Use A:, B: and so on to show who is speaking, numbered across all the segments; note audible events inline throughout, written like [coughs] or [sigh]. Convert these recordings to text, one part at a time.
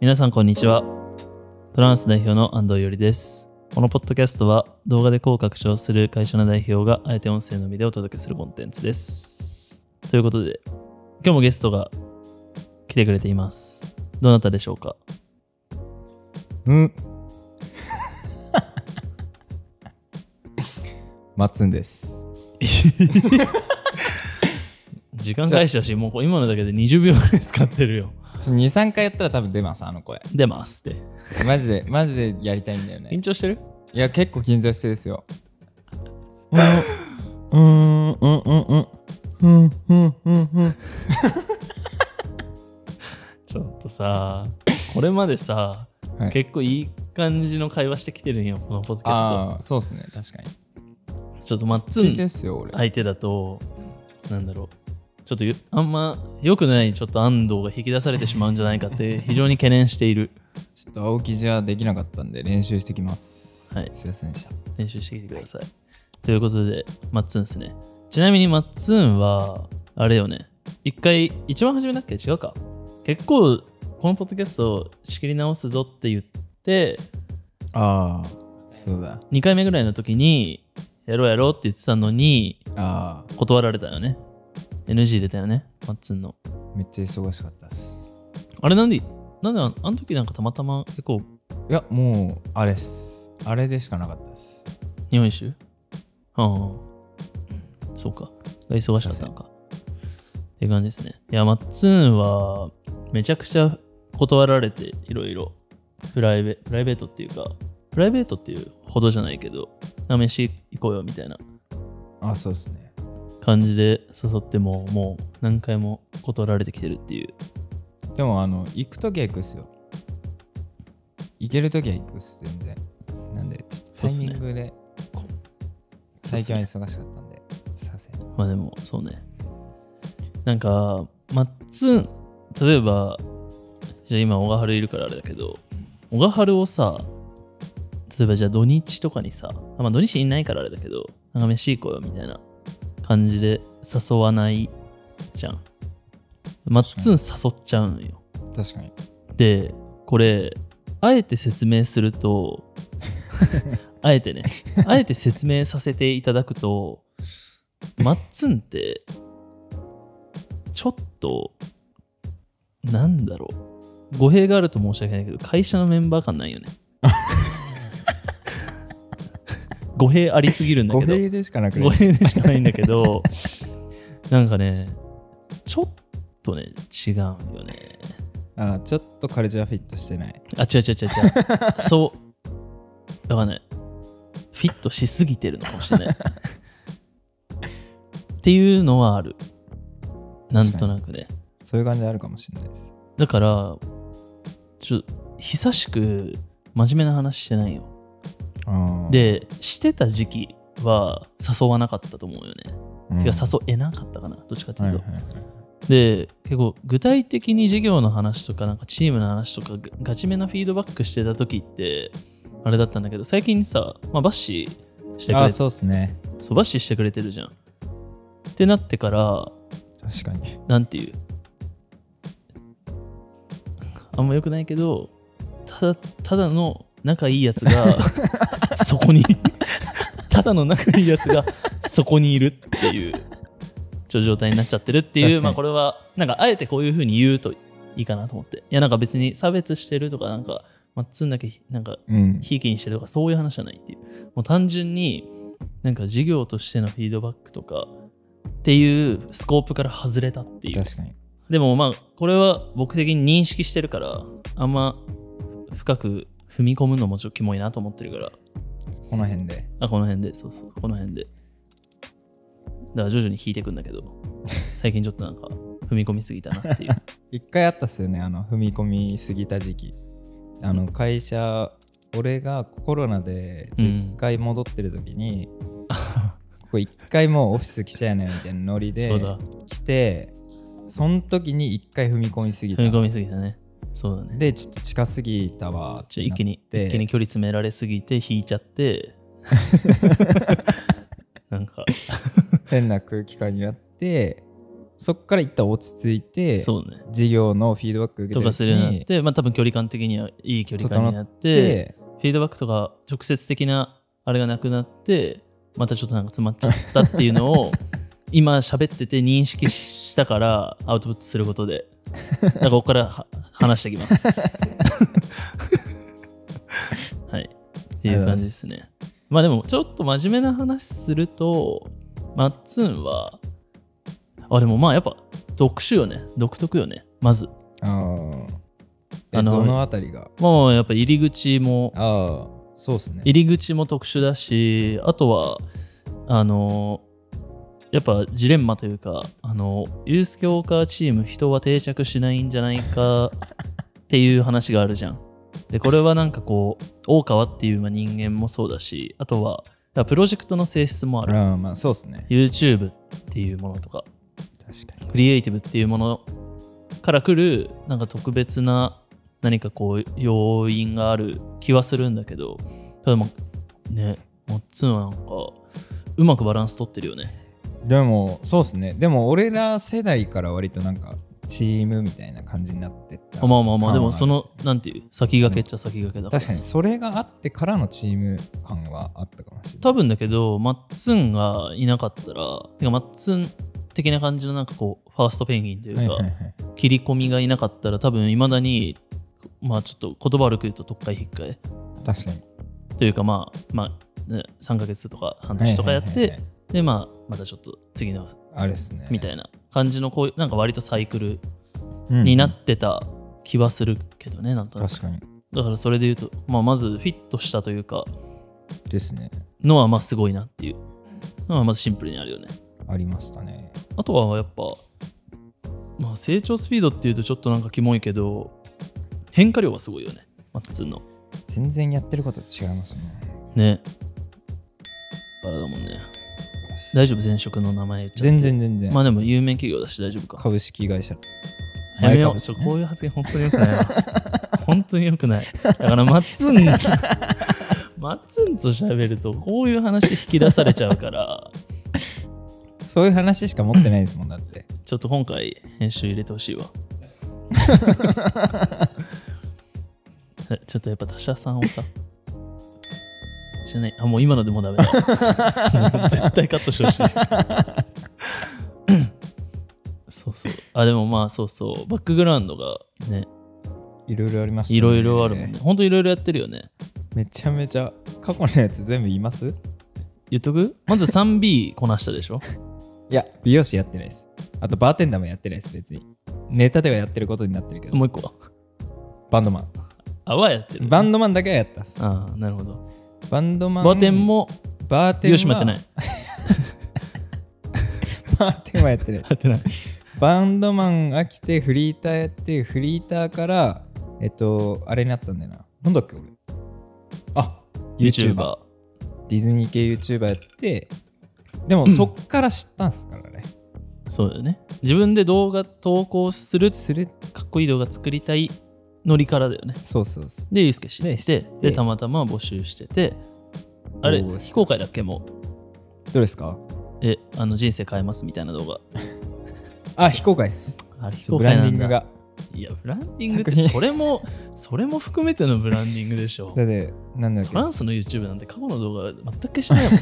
A: 皆さんこんにちはトランス代表の安藤よりですこのポッドキャストは動画で口角上する会社の代表があえて音声のみでお届けするコンテンツですということで今日もゲストが来てくれていますどなたでしょう
B: [laughs]
A: か
B: うん。マッツンです。
A: 時間返したしもうこう今のだけで20秒ぐらい使ってるよ
B: ちょ2、3回やったら多分出ます、あの声。
A: 出ますって
B: マジで、マジでやりたいんだよね
A: 緊。張してる
B: いや、結構緊張してですよ。うん、うん、うん、うん、うん、うん、うん、うん。
A: ちょっとさこれまでさ、
B: はい
A: 結構いい感じの会話してきてるんよこのポッドキャスト
B: ああ、そうですね、確かに。
A: ちょっとまっつ
B: 緊張
A: ん
B: ですよ、俺。
A: 相手だと、なんだろう、ちょっとゆあんま良くないちょっと安藤が引き出されてしまうんじゃないかって非常に懸念している。
B: ちょっと青木じゃできなかったんで練習してきます。
A: はい
B: すいませんでした。
A: 練習してきてください。ということで、まっつんですね。ちなみにまっつんは、あれよね、一回、一番初めだっけ違うか。結構、このポッドキャストを仕切り直すぞって言って、
B: ああ、そうだ。
A: 2回目ぐらいの時に、やろうやろうって言ってたのに、
B: ああ、
A: 断られたよね。NG 出たよね、まっつんの。
B: めっちゃ忙しかったっす。
A: あれなんで、なんでああの時なんかたまたま結構
B: いや、もう、あれっす。あれでしかなかったっす。
A: 日本一周ああ。そうか。が忙しかったのか。っていう感じですね。いや、マッツンは、めちゃくちゃ断られて、いろいろ。プライベ、プライベートっていうか、プライベートっていうほどじゃないけど、な飯行こうよみたいな
B: あ、そうですね。
A: 感じで誘っても、もう何回も断られてきてるっていう。
B: でも、あの、行くときは行くっすよ。行けるときは行くっす、全然。なんで、ちょっ
A: そ
B: と
A: う
B: タ
A: っ
B: イ
A: すね
B: ミングで、こう最近は忙しかったんで、すいません。
A: まあでも、そうね。なんか、マッツン、例えば、じゃあ今、小川春いるからあれだけど、小川春をさ、例えばじゃあ土日とかにさ、あまあ土日いないからあれだけど、なんか飯行こうよみたいな感じで誘わないじゃん。マッツン誘っちゃうんよ。
B: 確かに。
A: で、これ、あえて説明すると、
B: [laughs]
A: あえてね、あえて説明させていただくと、マッツンって、ちょっと、なんだろう、語弊があると申し訳ないけど、会社のメンバー感ないよ
B: [laughs]
A: ね。語弊ありすぎるんだ
B: 語
A: けど。
B: 弊でしかなく
A: 語
B: ね。
A: 弊でしかないんだけどなんかねちょっとね違うんよね
B: あ、ちょっとカルチャーフィットしてない。
A: あ違う違う違う違
B: [laughs]
A: うそうわかんないフィットしすぎてるのかもしれ
B: [laughs]
A: ないっていうのはあるなんとなくね
B: そういう感じあるかもしれないです。
A: だからちょ久しく真面目な話してないよ
B: あー、
A: でしてた時期は誘わなかったと思うよね、
B: うん
A: てか誘えなかったかなどっちかってい
B: は
A: う
B: い
A: と、
B: はいはい
A: で結構具体的に授業の話とかなんかチームの話とかがガチめなフィードバックしてた時ってあれだったんだけど最近さ、まあ、バッシーしてく
B: あ
A: れ
B: ー、そうっすね。
A: そうバッシーしてくれてるじゃんってなってから
B: 確かに。
A: なんていうあんま良くないけどただただの仲いいやつ
B: [laughs]
A: がそこにただの仲いいやつがそこにいるっていうちょ状態になっちゃってるって
B: 確
A: い
B: か
A: う
B: に
A: まあこれはなんかあえてこういうふうに言うといいかなと思っていやなんか別に差別してるとかなんかまっつんだけなんか
B: うん。
A: ひいきにしてるとかそういう話じゃないっていうもう単純になんか事業としてのフィードバックとかっていうスコープから外れたっていう
B: 確かに。
A: でもまあこれは僕的に認識してるからあんま深く踏み込むのもちょっとキモいなと思ってるから
B: この辺で。
A: あこの辺でそうそうこの辺でだから徐々に引いていくんだけど最近ちょっとなんか踏み込みすぎたなっていう
B: 一回あったっすよねあの踏み込みすぎた時期あの会社俺がコロナで
A: うん
B: 実家に戻ってる時に、ここ一回もうオフィス来ちゃいなよみたいなノリ [laughs] で
A: そうだ
B: 来てその時に一回踏み込みすぎた
A: 踏み込みすぎたねそうだね
B: でちょっと近すぎたわっ
A: ち
B: て
A: ょ
B: な
A: 一
B: っ
A: 気に
B: て
A: 一気に距離詰められすぎて引いちゃって
B: [laughs]
A: なんか
B: 変な空気感になってそっから一旦落ち着いて
A: そうね
B: 授業のフィードバック受
A: と
B: けてる
A: かするようになっ
B: 時
A: てまあ多分距離感的にはいい距離感になっ
B: に
A: てフィードバックとか直接的なあれがなくなってまたちょっとなんか詰まっちゃったっていうのを今喋ってて認識したからアウトプットすることでだからここからは話していきますはいっていう感じですねまあでもちょっと真面目な話するとマッツンはあでもまあやっぱ特殊よね独特よねまず
B: あーえ
A: あの
B: どのあたりが
A: まあやっぱ入り口も
B: ああそうっすね
A: 入り口も特殊だしあとはあのやっぱジレンマというかあのユースケウォーカーチーム人は定着しないんじゃないかっていう話があるじゃん。でこれはなんかこう大川っていうまあ人間もそうだしあとはやっぱプロジェクトの性質もあ
B: あ
A: る
B: ーまあそうっすね
A: YouTube っていうものとか
B: 確かに
A: クリエイティブっていうものから来るなんか特別な何かこう要因がある気はするんだけどただまあねもっつんはなんかうまくバランス取ってるよね
B: でもそうっすねでも俺ら世代から割となんかチームみたいな感じになってった
A: あまあまあまあで
B: 感は
A: も
B: るっす
A: そ
B: ね
A: のなんていう先駆けっちゃ先駆けだから
B: 確
A: さ
B: かにそれがあってからのチーム感はあったかもしれない
A: 多分だけどマッツンがいなかったらてかマッツン的な感じのなんかこうファーストペンギンというか、
B: はいはいはい
A: 切り込みがいなかったら多分いまだにまあちょっと言葉悪く言うと特会引っかえ
B: 確かに
A: というかまあまあ、ね、3ヶ月とか半年とかやって、
B: はいはいはいはい
A: でまあまたちょっと次の
B: あれですね
A: みたいな感じのこういうなんか割とサイクル
B: うん
A: になってた気はするけどね、なんとなく
B: 確かに
A: だからそれで言うと、まあ、まずフィットしたというか
B: ですね
A: のはまあすごいなっていうのはまずシンプルにあるよね
B: ありましたね
A: あとはやっぱ、まあ、成長スピードっていうとちょっとなんかキモいけど変化量はすごいよね、まあ、普通の
B: 全然やってること違いますね
A: ねバラだもんね大丈夫前職の名前言っちゃって
B: 全然全然、
A: まあでも有名企業だし大丈夫か。
B: 株式会社
A: やめよう。
B: 前
A: ち
B: 株
A: ょ
B: 式ね
A: こういう発言本当に良くない [laughs] わ。本当に良くない。だからマッツン、マッツンと喋るとこういう話引き出されちゃうから、
B: そういう話しか持ってないですもんだって
A: ちょっと今回編集入れてほしいわ。 [laughs] えちょっとやっぱ他社さんをさ。じゃない。あ、もう今のでもうダメだ。 [laughs] もう絶対カットしてほしい。 [laughs] そうそう。あ、でもまあそうそう。バックグラウンドがね、
B: いろいろありましたね
A: いろいろあるもんね。ほんといろいろやってるよね。
B: めちゃめちゃ過去のやつ全部言います
A: 言っとくまず 3B こなしたでしょ
B: いや美容師やってないですあとバーテンダーもやってないです別にネタではやってることになってるけど
A: もう一個は。
B: バンドマン
A: あはやってる。
B: バンドマンだけはやったっす
A: ああ、なるほど。
B: バンドマン
A: バーテンも、
B: バーテ
A: 美
B: ンは
A: 容師もやってない。
B: バーテンはやってない
A: やってない。
B: バンドマンが来てフリーターやってフリーターからえっとあれになったんだよななんだっけ俺あ YouTuber
A: YouTuber。
B: ディズニー系 YouTuber やってでもそっから知ったんすからね、
A: そうだよね。自分で動画投稿する、
B: する
A: かっこいい動画作りたいノリからだよね。
B: そうそうそう
A: で、ユースケ知って
B: で知って
A: で、たまたま募集してて、あれ、
B: 応募して
A: 非公開だっけもう。
B: どうですか
A: え、あの人生変えますみたいな動画。
B: あ非公開っす
A: あれ非公
B: ブ
A: 開
B: ラン
A: な
B: ディ
A: ん
B: ング
A: だ。
B: が
A: いや、ブランディングっ
B: 作
A: て
B: 品
A: それも、それも含めてのブランディングでしょ。
B: だってなんだっけ
A: トランスの YouTube なんて過去の動画全く消してな
B: [laughs]
A: いもん。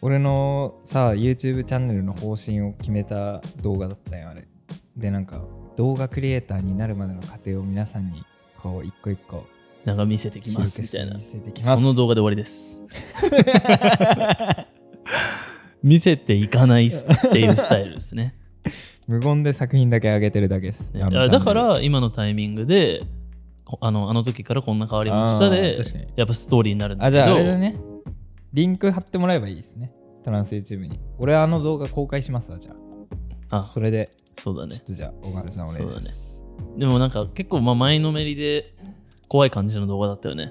B: 俺のさ YouTube チャンネルの方針を決めた動画だったよあれでなんか動画クリエイターになるまでの過程を皆さんにこう一個一個
A: なんか見せてきますみ
B: 記録した
A: いな
B: 見。せてきます
A: その動画で終わりです。 [laughs] 見せていかないっていうスタイルですね。
B: 無言で作品だけ上げてるだけです、
A: ね
B: あ
A: い
B: の
A: や
B: チャンネ
A: だ
B: ル
A: から今のタイミングで、こあのあの時からこんな変わりました
B: あー
A: で
B: 確かに、
A: やっぱストーリーになるんだ
B: あ
A: け
B: じ
A: ど、
B: ゃああれだねリンク貼ってもらえばいいですねトランス YouTube に俺あの動画公開しますわじゃあ
A: あ
B: それで
A: そうだね
B: ちょっ。とじゃあ小原さんお願いします、
A: でもなんか結構まあ前のめりで怖い感じの動画だったよ
B: [laughs]
A: ね。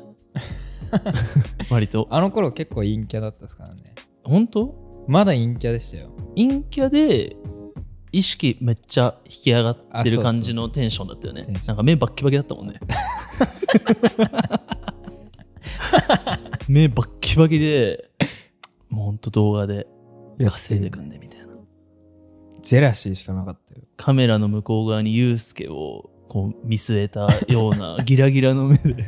A: 割と。
B: あの頃結構陰キャだったですからね
A: 本当
B: まだ陰キャでしたよ
A: 陰キャで意識めっちゃ引き上がってる感じ
B: あ
A: の
B: そうそうそう
A: テンションだったよね
B: テンション
A: なんか目バッキバキだったもんね [laughs] 目バッキバキでもうほんと動画で稼いでくんでみたいな
B: ジェラシーしかなかったよ
A: カメラの向こう側にユースケをこう見据えたようなギラギラの目
B: [laughs]
A: で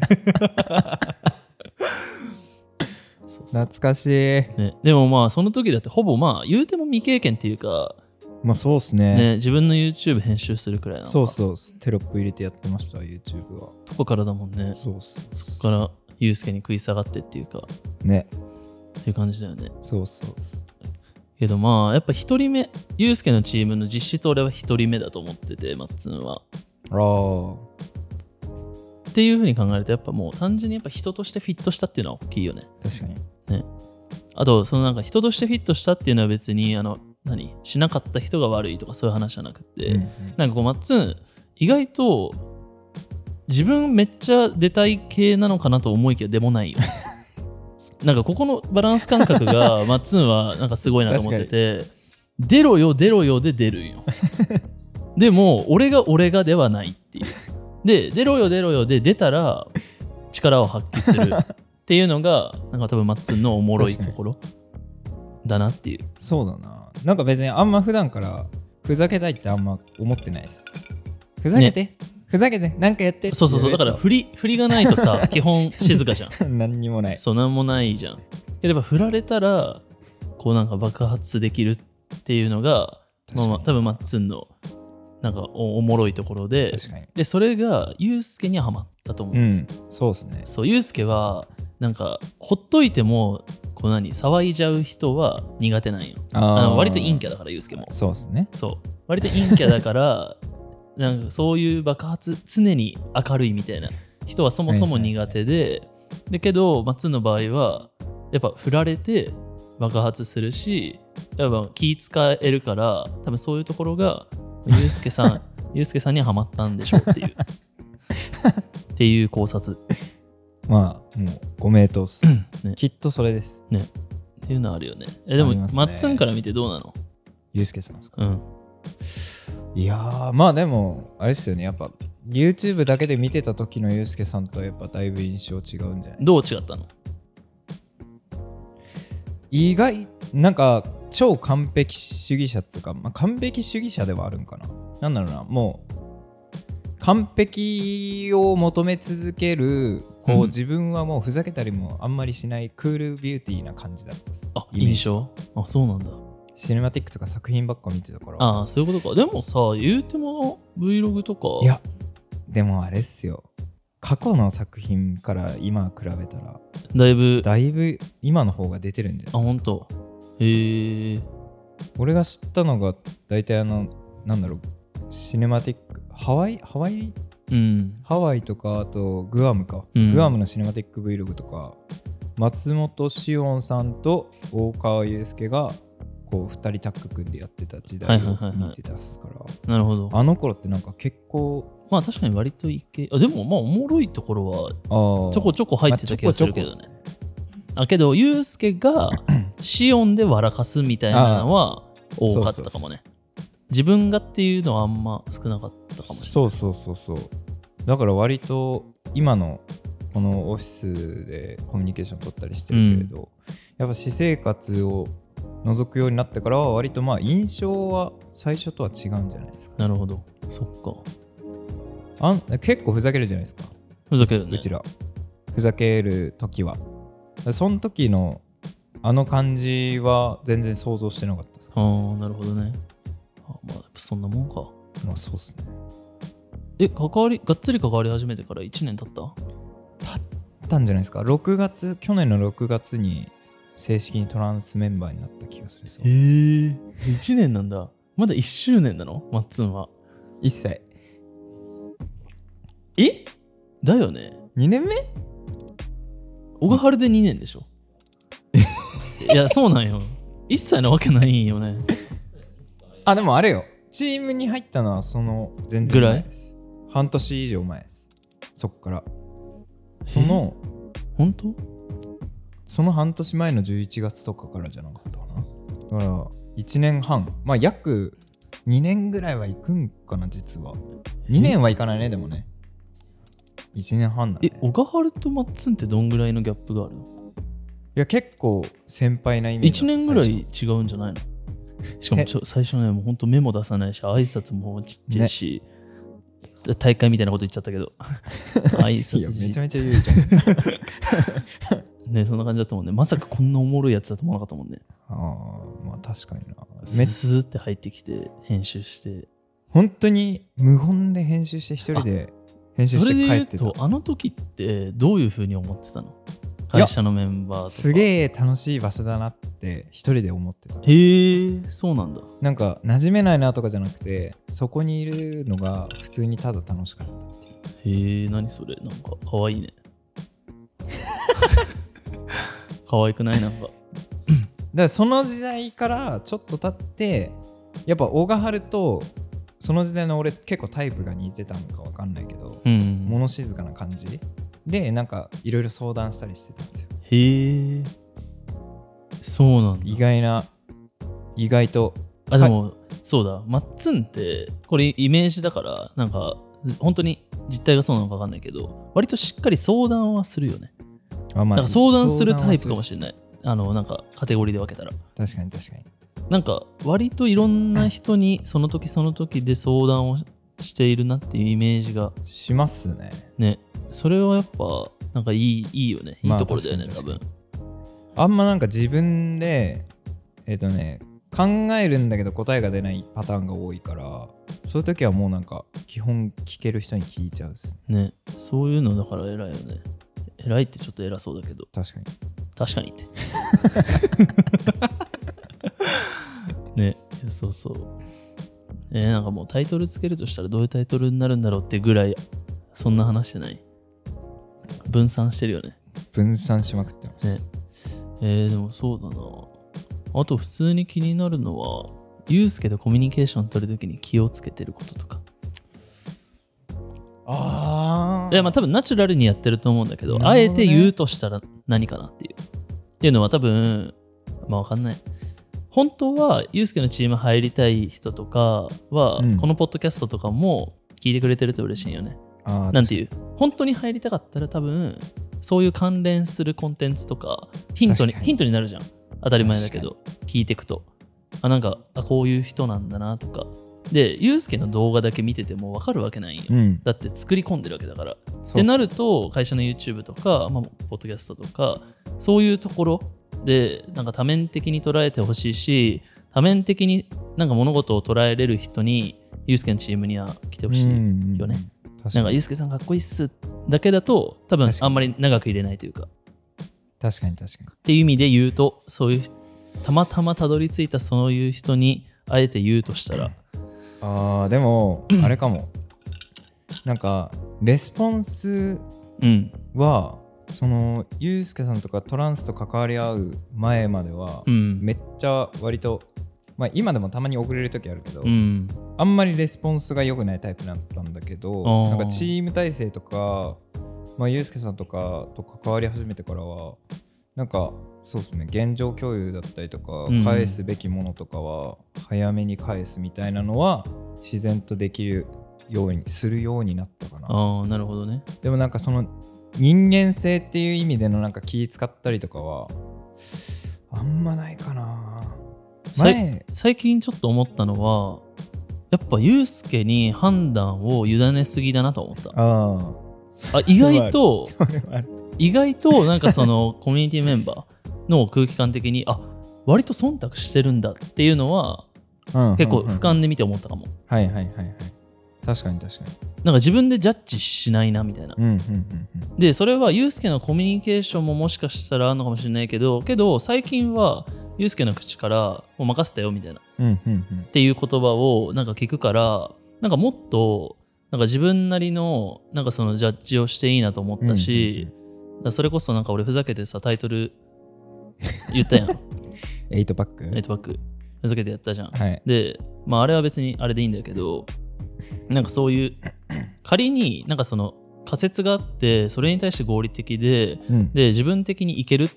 A: そうそう
B: 懐かしい
A: ね、でもまあその時だってほぼまあ言うても未経験っていうか、
B: まあそうっすね
A: ね、自分の YouTube 編集するくらいな
B: そうそうテロップ入れてやってました YouTube は
A: とこからだもんね
B: そうっす
A: そこからユースケに食い下がってっていうか
B: ね
A: っていう感じだよね
B: そうそうっす
A: けどまあやっぱ一人目ユースケのチームの実質俺は一人目だと思っててマッツンは
B: ああ
A: っていうふうに考えるとやっぱもう単純にやっぱ人としてフィットしたっていうのは大きいよね
B: 確かに
A: あとそのなんか人としてフィットしたっていうのは別にあの何しなかった人が悪いとかそういう話じゃなくて、
B: うんうん
A: なんかこうマッツン意外と自分めっちゃ出たい系なのかなと思いきやでもないよ [laughs] なんかここのバランス感覚がマッツンはなんかすごいなと思ってて出ろよ出ろよで出るよでも俺が俺がではないっていうで出ろよ出ろよで出たら力を発揮するっていうのがなんか多分マッツンのおもろいところだなっていう
B: そうだななんか別にあんま普段からふざけたいってあんま思ってないですふざけて、ふざけてなんかやって
A: そうそうそうだから振り振りがないとさ基本静かじゃん
B: ら [laughs] 何にもない
A: そうなんもないじゃん。けどやっぱ振られたらこうなんか爆発できるっていうのが、まあまあ、
B: 確
A: 多分マッツンのなんかおおもろいところで
B: 確かに
A: でそれがユースケにはハマったと思う。
B: うんそうっすね
A: そうユースケはなんかほっといてもこう何騒いじゃう人は苦手なんよ。
B: あ
A: あの割と陰キ
B: ャ
A: ャだからユースケも。
B: そうっすね
A: そう割と陰キャだから [laughs] なんかそういう爆発常に明るいみたいな人はそもそも苦手で、だけど松の場合はやっぱ振られて爆発するしやっぱ気使えるから多分そういうところがユースケさ
B: [laughs]
A: んユースケさんにはハマったんでしょうっていうっていう考察っ
B: まあもうご名答っす、
A: [coughs] ね
B: きっとそれです
A: ていうのはあるよねえでも
B: ありますね
A: マッツンから見てどうなの
B: ゆうすけさんですか
A: うん
B: いやーまあでもあれですよねやっぱ YouTube だけで見てた時のゆうすけさんとはやっぱだいぶ印象違うんじゃない
A: どう違ったの
B: 意外なんか超完璧主義者っていうか、まあ、完璧主義者ではあるんかななんだろうなもう完璧を求め続けるこ
A: うん
B: う自分はもうふざけたりもあんまりしないクールビューティーな感じだったです
A: あ
B: イメージ
A: 印象あそうなんだ
B: シネマティックとか作品ばっか見てたから
A: ああ、そういうことか。でもさ、言うても Vlog とか。
B: いやでもあれっすよ過去の作品から今比べたら
A: だいぶ。あ、
B: だいぶ今の方が出てるんじゃない
A: ほんと。へえ。
B: 俺が知ったのが大体あのなんだろうシネマティックハワイハワイ
A: うん。
B: ハワイとかあとグアムか、
A: うん
B: グアムのシネマティック Vlog とか松本志音さんと大川祐介がこう2人タッグ組んでやってた時代
A: はいはいはい
B: を
A: はい
B: 見てたっすから、
A: なるほど。
B: あの頃ってなんか結構
A: まあ確かに割といけ。あ、でもまあおもろいところは
B: あー
A: ちょこちょこ入ってた気がするけどね。あ、けど、ユうスケ
B: [clears throat]
A: がシオンで笑かすみたいなのは多かったかもね。自分がっていうのはあんま少なかったかもしれない。
B: そうそうそうそうだから割と今のこのオフィスでコミュニケーション取ったりしてるけれど、やっぱ私生活を覗くようになってからは割とまあ印象は最初とは違うんじゃないですか
A: なるほど。そっか。
B: あん結構ふざけるじゃないですか
A: ふざけるね。
B: うちらふざける時はその時のあの感じは全然想像してなかったですか
A: ああ、なるほどね。あまあやっぱそんなもんか。
B: まあそうっすね
A: え、関わり、がっつり関わり始めてから1年経った
B: あったんじゃないですか6月去年の6月に正式にトランスメンバーになった気がするそう
A: えー、1年なんだ。まだ1周年なのマッツンは。
B: 1歳え
A: だよね。
B: 2年目
A: 小川春で2年でし
B: [laughs]
A: ょ。いや、そうなんよ。1歳なわけないよね。
B: あでもあれよチームに入ったのはその全
A: ぐ
B: 然
A: らい
B: 前です半年以上前ですそっからその
A: 本当
B: その半年前の11月とかからじゃなかったかなだから1年半まあ約2年ぐらいは行くんかな実は2年は行かないねでもね1年半だ
A: え
B: ね、
A: 小川春とマッツンってどんぐらいのギャップがあるの
B: いや結構先輩なイメージ
A: ?1
B: だった
A: 年ぐら
B: 最
A: い違うんじゃないの
B: 初
A: しかもちょ最初ね、もう本当メモ出さないし、挨拶もちっちゃいし、大会みたいなこと言っちゃったけ
B: [laughs]
A: ど、挨
B: いや
A: 拶
B: めち
A: し
B: ゃめちゃ言う [laughs] じゃん
A: ね、そんな感じだったもんね。まさかこんなおもろいやつだと思わなかったもんね。
B: あーまあ確かにな
A: ス
B: め
A: ーって入ってきて、編集して。
B: 本当に無言で編集して一人で編集
A: そ
B: し
A: れ
B: て
A: で
B: 帰
A: 言
B: っ
A: う
B: てた
A: と、あの時ってどういうふうに思ってたの
B: いや
A: 会社のメンバーとか。
B: す
A: え。
B: げえ楽しい場所だなって一人で思ってた
A: へー、そうなんだ。
B: なんか馴染めないなとかじゃなくてそこにいるのが普通にただ楽しかったってい
A: へ
B: う
A: ー、何それなんかかわ
B: [laughs]
A: いいね。かわいくないなんか。
B: だからその時代からちょっと経ってやっぱ小川春とその時代の俺結構タイプが似てたのかわかんないけど、
A: うん。
B: 物静かな感じでなんかいろいろ相談したりしてたんですよ
A: へー、そうなんだ。
B: 意外な意外と
A: あでも、そうだマッツンってこれイメージだからなんか本当に実態がそうなのか分かんないけど割としっかり相談はするよね
B: あま
A: だ
B: あ
A: から相談するタイプかもしれ
B: い
A: ないあのなんかカテゴリーで分けたら
B: 確かに確かに
A: なんか割といろんな人にその時その時で相談をしているなっていうイメージが
B: しますね
A: ねそれはやっぱなんかいいいいよねいいところだよね、
B: まあ
A: 多
B: 確かに
A: 分
B: あんまなんか自分でえっ、とね考えるんだけど答えが出ないパターンが多いからそういう時はもうなんか基本聞ける人に聞いちゃうっすね
A: ねそういうのだから偉いよね偉いってちょっと偉そうだけど
B: 確かに
A: 確かにって。ね、いやそうそう。えーなんかもうタイトルつけるとしたらどういうタイトルになるんだろうってぐらい、そんな話してない。分散してるよね。
B: 分散しまくってます、
A: ねえーでもそうだな。あと普通に気になるのは、ユうスケとコミュニケーション取るときに気をつけてることとか。
B: あ
A: いやまあ多分ナチュラルにやってると思うんだけど、
B: な
A: あ
B: る
A: え
B: ほどね
A: て言うとしたら何かなっていう。っていうのは多分、まあわかんない。本当は、ユうスケのチーム入りたい人とかは、
B: うん
A: このポッドキャストとかも聞いてくれてると嬉しいよね。
B: あ
A: なんていう、本当に入りたかったら多分、そういう関連するコンテンツとか、ヒントに
B: 確かに
A: ヒントになるじゃん。当たり前だけど、聞いていくと。あ、なんか、あ、こういう人なんだなとか。で、ユうスケの動画だけ見ててもわかるわけないよ。
B: うん
A: だって作り込んでるわけだから。っ
B: そう
A: てなると会社の YouTube とか、まあ、ポッドキャストとかそういうところでなんか多面的に捉えてほしいし多面的になんか物事を捉えれる人にユースケのチームには来てほしい、よね
B: うんうん確
A: なん
B: か
A: か
B: に
A: ユースケさんかっこいいっすだけだと多分
B: 確かに
A: あんまり長く入れないというかっ
B: 確かに確かに
A: ていう意味で言うとそういうたまたまたどり着いたそういう人にあえて言うとしたら
B: あー
A: [clears throat]
B: でもあれかもなんかレスポンス
A: うん
B: はそのユうスケさんとかトランスと関わり合う前までは、
A: うん
B: めっちゃ割と、まあ、今でもたまに遅れる時あるけど、
A: うん
B: あんまりレスポンスが良くないタイプだったんだけど
A: あー
B: なんかチーム体制とか、まあ、ユうスケさんとかと関わり始めてからはなんかそうですね現状共有だったりとか、
A: うん
B: 返すべきものとかは早めに返すみたいなのは自然とできるようにするようになったかな。
A: ああなるほどね
B: でもなんかその人間性っていう意味でのなんか気使ったりとかはあんまないかな
A: さい
B: 前
A: 最近ちょっと思ったのはやっぱユースケに判断を委ねすぎだなと思った
B: あ
A: あ意外と
B: あ [laughs] それはある
A: 意外となんかそのコミュニティメンバーの空気感的にあ割と忖度してるんだっていうのは
B: うん
A: 結構
B: うんうん
A: 俯瞰で見て思ったかも
B: はいはいはいはい確かに確かに
A: なんか自分でジャッジしないなみたいな
B: うんうんうんうん
A: でそれはユースケのコミュニケーションももしかしたらあるのかもしれないけどけど最近はユースケの口からもう任せたよみたいな
B: うんうんうん
A: っていう言葉をなんか聞くからなんかもっとなんか自分なりのなんかそのジャッジをしていいなと思ったし、だからそれこそなんか俺ふざけてさタイトル言 [laughs] ったやん
B: エイトパック
A: エイトバックふざけてやったじゃん
B: はい
A: でまああれは別にあれでいいんだけどなんかそういう仮になんかその仮説があってそれに対して合理的で
B: うん
A: で自分的にいけるっ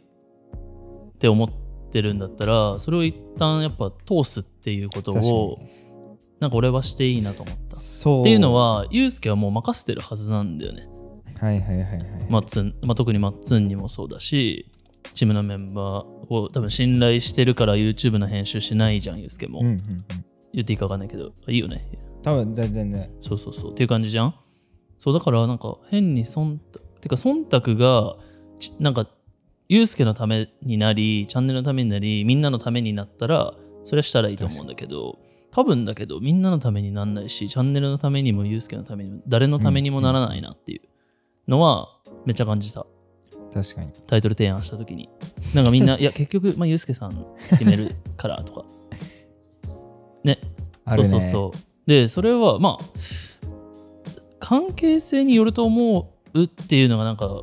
A: て思ってるんだったらそれを一旦やっぱ通すっていうことをなんか俺はしていいなと思ったっ
B: そう
A: ていうのはユうスケはもう任せてるはずなんだよね
B: はいはいはいはい
A: マッツン、まあ、特にマッツンにもそうだしチームのメンバーを多分信頼してるから YouTube の編集しないじゃん、ユうスケも。
B: うんうんうん
A: 言っていいか分かんないけど、いいよね。
B: 多分全然ね
A: そうそうそう。っていう感じじゃんそう、だからなんか変に忖度、てか忖度が、ちなんか、ユうスケのためになり、チャンネルのためになり、みんなのためになったら、それはしたらいいと思うんだけど、多分だけど、みんなのためになんないし、チャンネルのためにもユうスケのためにも、誰のためにもならないなっていうのは、めっちゃ感じた。
B: 確かに
A: タイトル提案した時になんかみんないや結局、まあ、ゆうすけさん決めるからとかね
B: あるね
A: そうそうそうでそれはまあ関係性によると思うっていうのがなんか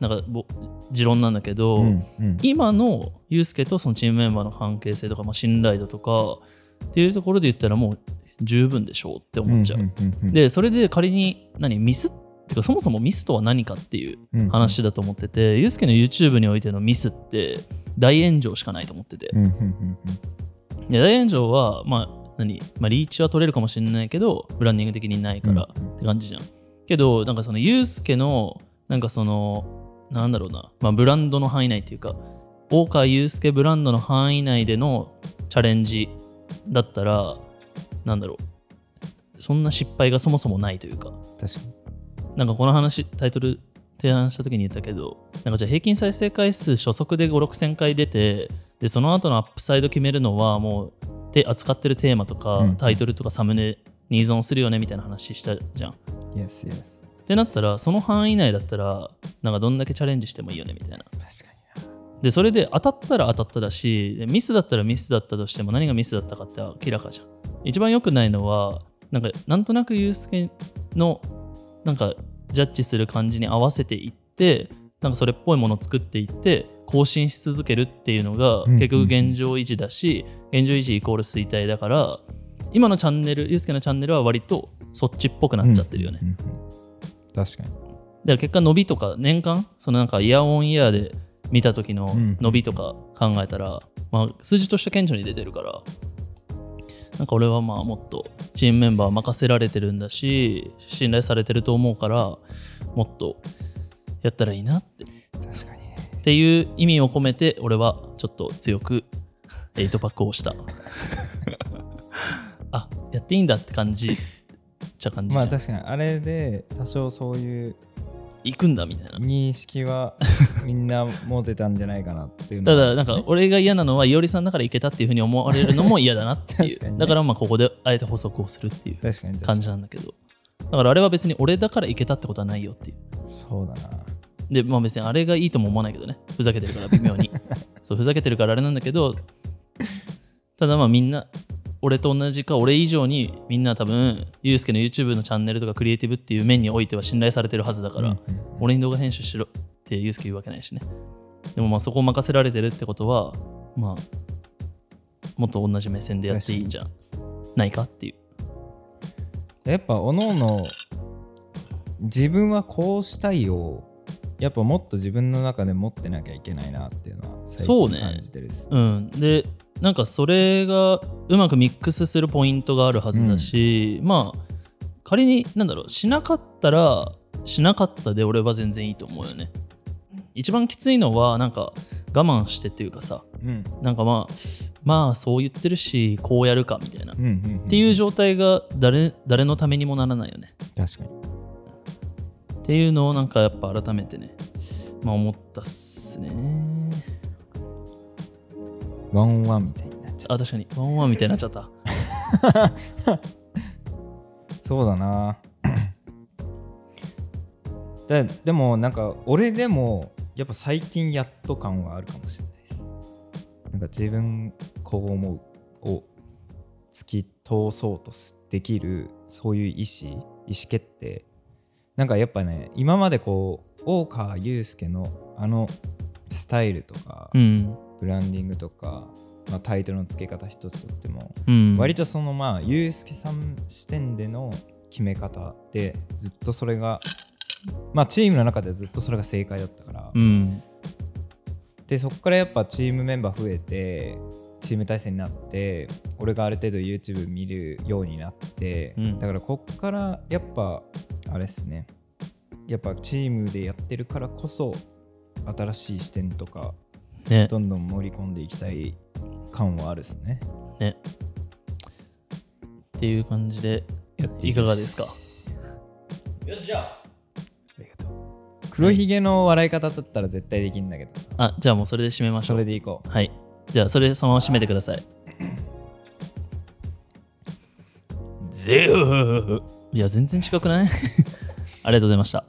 A: なんかぼ持論なんだけど、
B: うんうん
A: 今のユうスケとそのチームメンバーの関係性とか、まあ、信頼度とかっていうところで言ったらもう十分でしょうって思っちゃう、
B: んんうんうん
A: でそれで仮に何ミスってかそもそもミスとは何かっていう
B: うんうん
A: 話だと思ってて、ユースケの YouTube においてのミスって大炎上しかないと思ってて、
B: うんうんうんうん
A: で大炎上は、まあ何まあ、リーチは取れるかもしれないけどブランディング的にないから
B: うんうん
A: って感じじゃん、けどなんかそのユースケのなんかそのなんだろうな、まあ、ブランドの範囲内っていうか大川ユースケブランドの範囲内でのチャレンジだったらなんだろうそんな失敗がそもそもないというか
B: 確かに
A: なんかこの話タイトル提案した時に言ったけどなんかじゃあ平均再生回数初速で56000回出てでその後のアップサイド決めるのはもうて扱ってるテーマとか、
B: うん
A: タイトルとかサムネに依存するよねみたいな話したじゃん。っ
B: Yes yes
A: てなったらその範囲内だったらなんかどんだけチャレンジしてもいいよねみたいな。
B: 確か
A: でそれで当たったら当たっただしでミスだったらミスだったとしても何がミスだったかって明らかじゃん一番良くないのはなんかなんとなくユースケのなんかジャッジする感じに合わせていってなんかそれっぽいものを作っていって更新し続けるっていうのが
B: うん
A: 結局現状維持だし、現状維持イコール衰退だから今のチャンネルユースケのチャンネルは割とそっちっぽくな
B: に
A: っちゃってるよね、
B: うんうんうん確かに
A: だから結果伸びとか年間そのなんかイヤーオンイヤーで見た時の
B: うん
A: 伸びとか考えたら、まあ、数字として顕著に出てるからなんか俺はまあもっとチームメンバー任せられてるんだし信頼されてると思うからもっとやったらいいなって
B: 確かに
A: っていう意味を込めて俺はちょっと強く8パックを
B: [laughs]
A: したあやっていいんだって感じっちゃ感じじ
B: ま
A: ゃ
B: あ
A: ん、
B: 確かにあれで多少そういう
A: 行くんだみたいな
B: 認
A: [laughs]
B: 識はみんな持てたんじゃないかなっていうの
A: た
B: は
A: だなんか俺が嫌なのはいおりさんだからいけたっていうふうに思われるのも嫌だなってい
B: [laughs] 確か
A: う
B: にね
A: だからまあここであえて補足をするっていう
B: 確かに確か
A: 感
B: に
A: じなんだけどだからあれは別に俺だからいけたってことはないよっていう
B: そうだな
A: でまあ別にあれがいいとも思わないけどねふざけてるから微妙
B: [laughs]
A: にそうふざけてるからあれなんだけどただまあみんな俺と同じか俺以上にみんな多分ユうスケの YouTube のチャンネルとかクリエイティブっていう面においては信頼されてるはずだから、
B: うんうんうん
A: 俺に動画編集しろってユうスケ言うわけないしねでもまあそこを任せられてるってことはまあもっと同じ目線でやっていいんじゃないかっていう
B: やっぱおのの自分はこうしたいをやっぱもっと自分の中で持ってなきゃいけないなっていうのは最
A: そうね
B: 近感じてるです、
A: うんでなんかそれがうまくミックスするポイントがあるはずだし、まあ仮になんだろうしなかったらしなかったで俺は全然いいと思うよね一番きついのはなんか我慢してっていうかさ
B: うん
A: なんかまあまあそう言ってるしこうやるかみたいな
B: うんうんうん、
A: っていう状態が誰誰のためにもならないよね
B: 確かに
A: っていうのをなんかやっぱ改めてね、まあ、思ったっすね
B: ワンオンワンみたいになっちゃ
A: あ確かにワンオンワンみたいになっちゃった
B: うそう
A: [coughs]
B: だなででもなんか俺でもやっぱ最近やっと感はあるかもしれないですなんか自分こう思うを突き通そうとすできるそういう意思意思決定なんかやっぱね今までこう大川祐介のあのスタイルとか、
A: うん
B: ブランディングとか、まあ、タイトルの付け方一つとっても
A: うん
B: 割とそのまあユうスケさん視点での決め方でずっとそれがまあチームの中でずっとそれが正解だったから、
A: うん
B: でそこからやっぱチームメンバー増えてチーム体制になって俺がある程度 YouTube 見るようになって、
A: うん
B: だからこっからやっぱあれっすねやっぱチームでやってるからこそ新しい視点とか
A: ね
B: どんどん盛り込んでいきたい感はあるですね
A: ねっていう感じで
B: やってき
A: いかがですか
C: よっしゃ
B: ありがとう黒ひげの笑い方だったら絶対できんだけど、
A: あじゃあもうそれで締めまし
B: そ
A: ょ
B: れ
A: う
B: でいこう
A: はいじゃあそれそのまま締めてください
C: ゼウ
A: いや全然近くない [laughs] ありがとうございました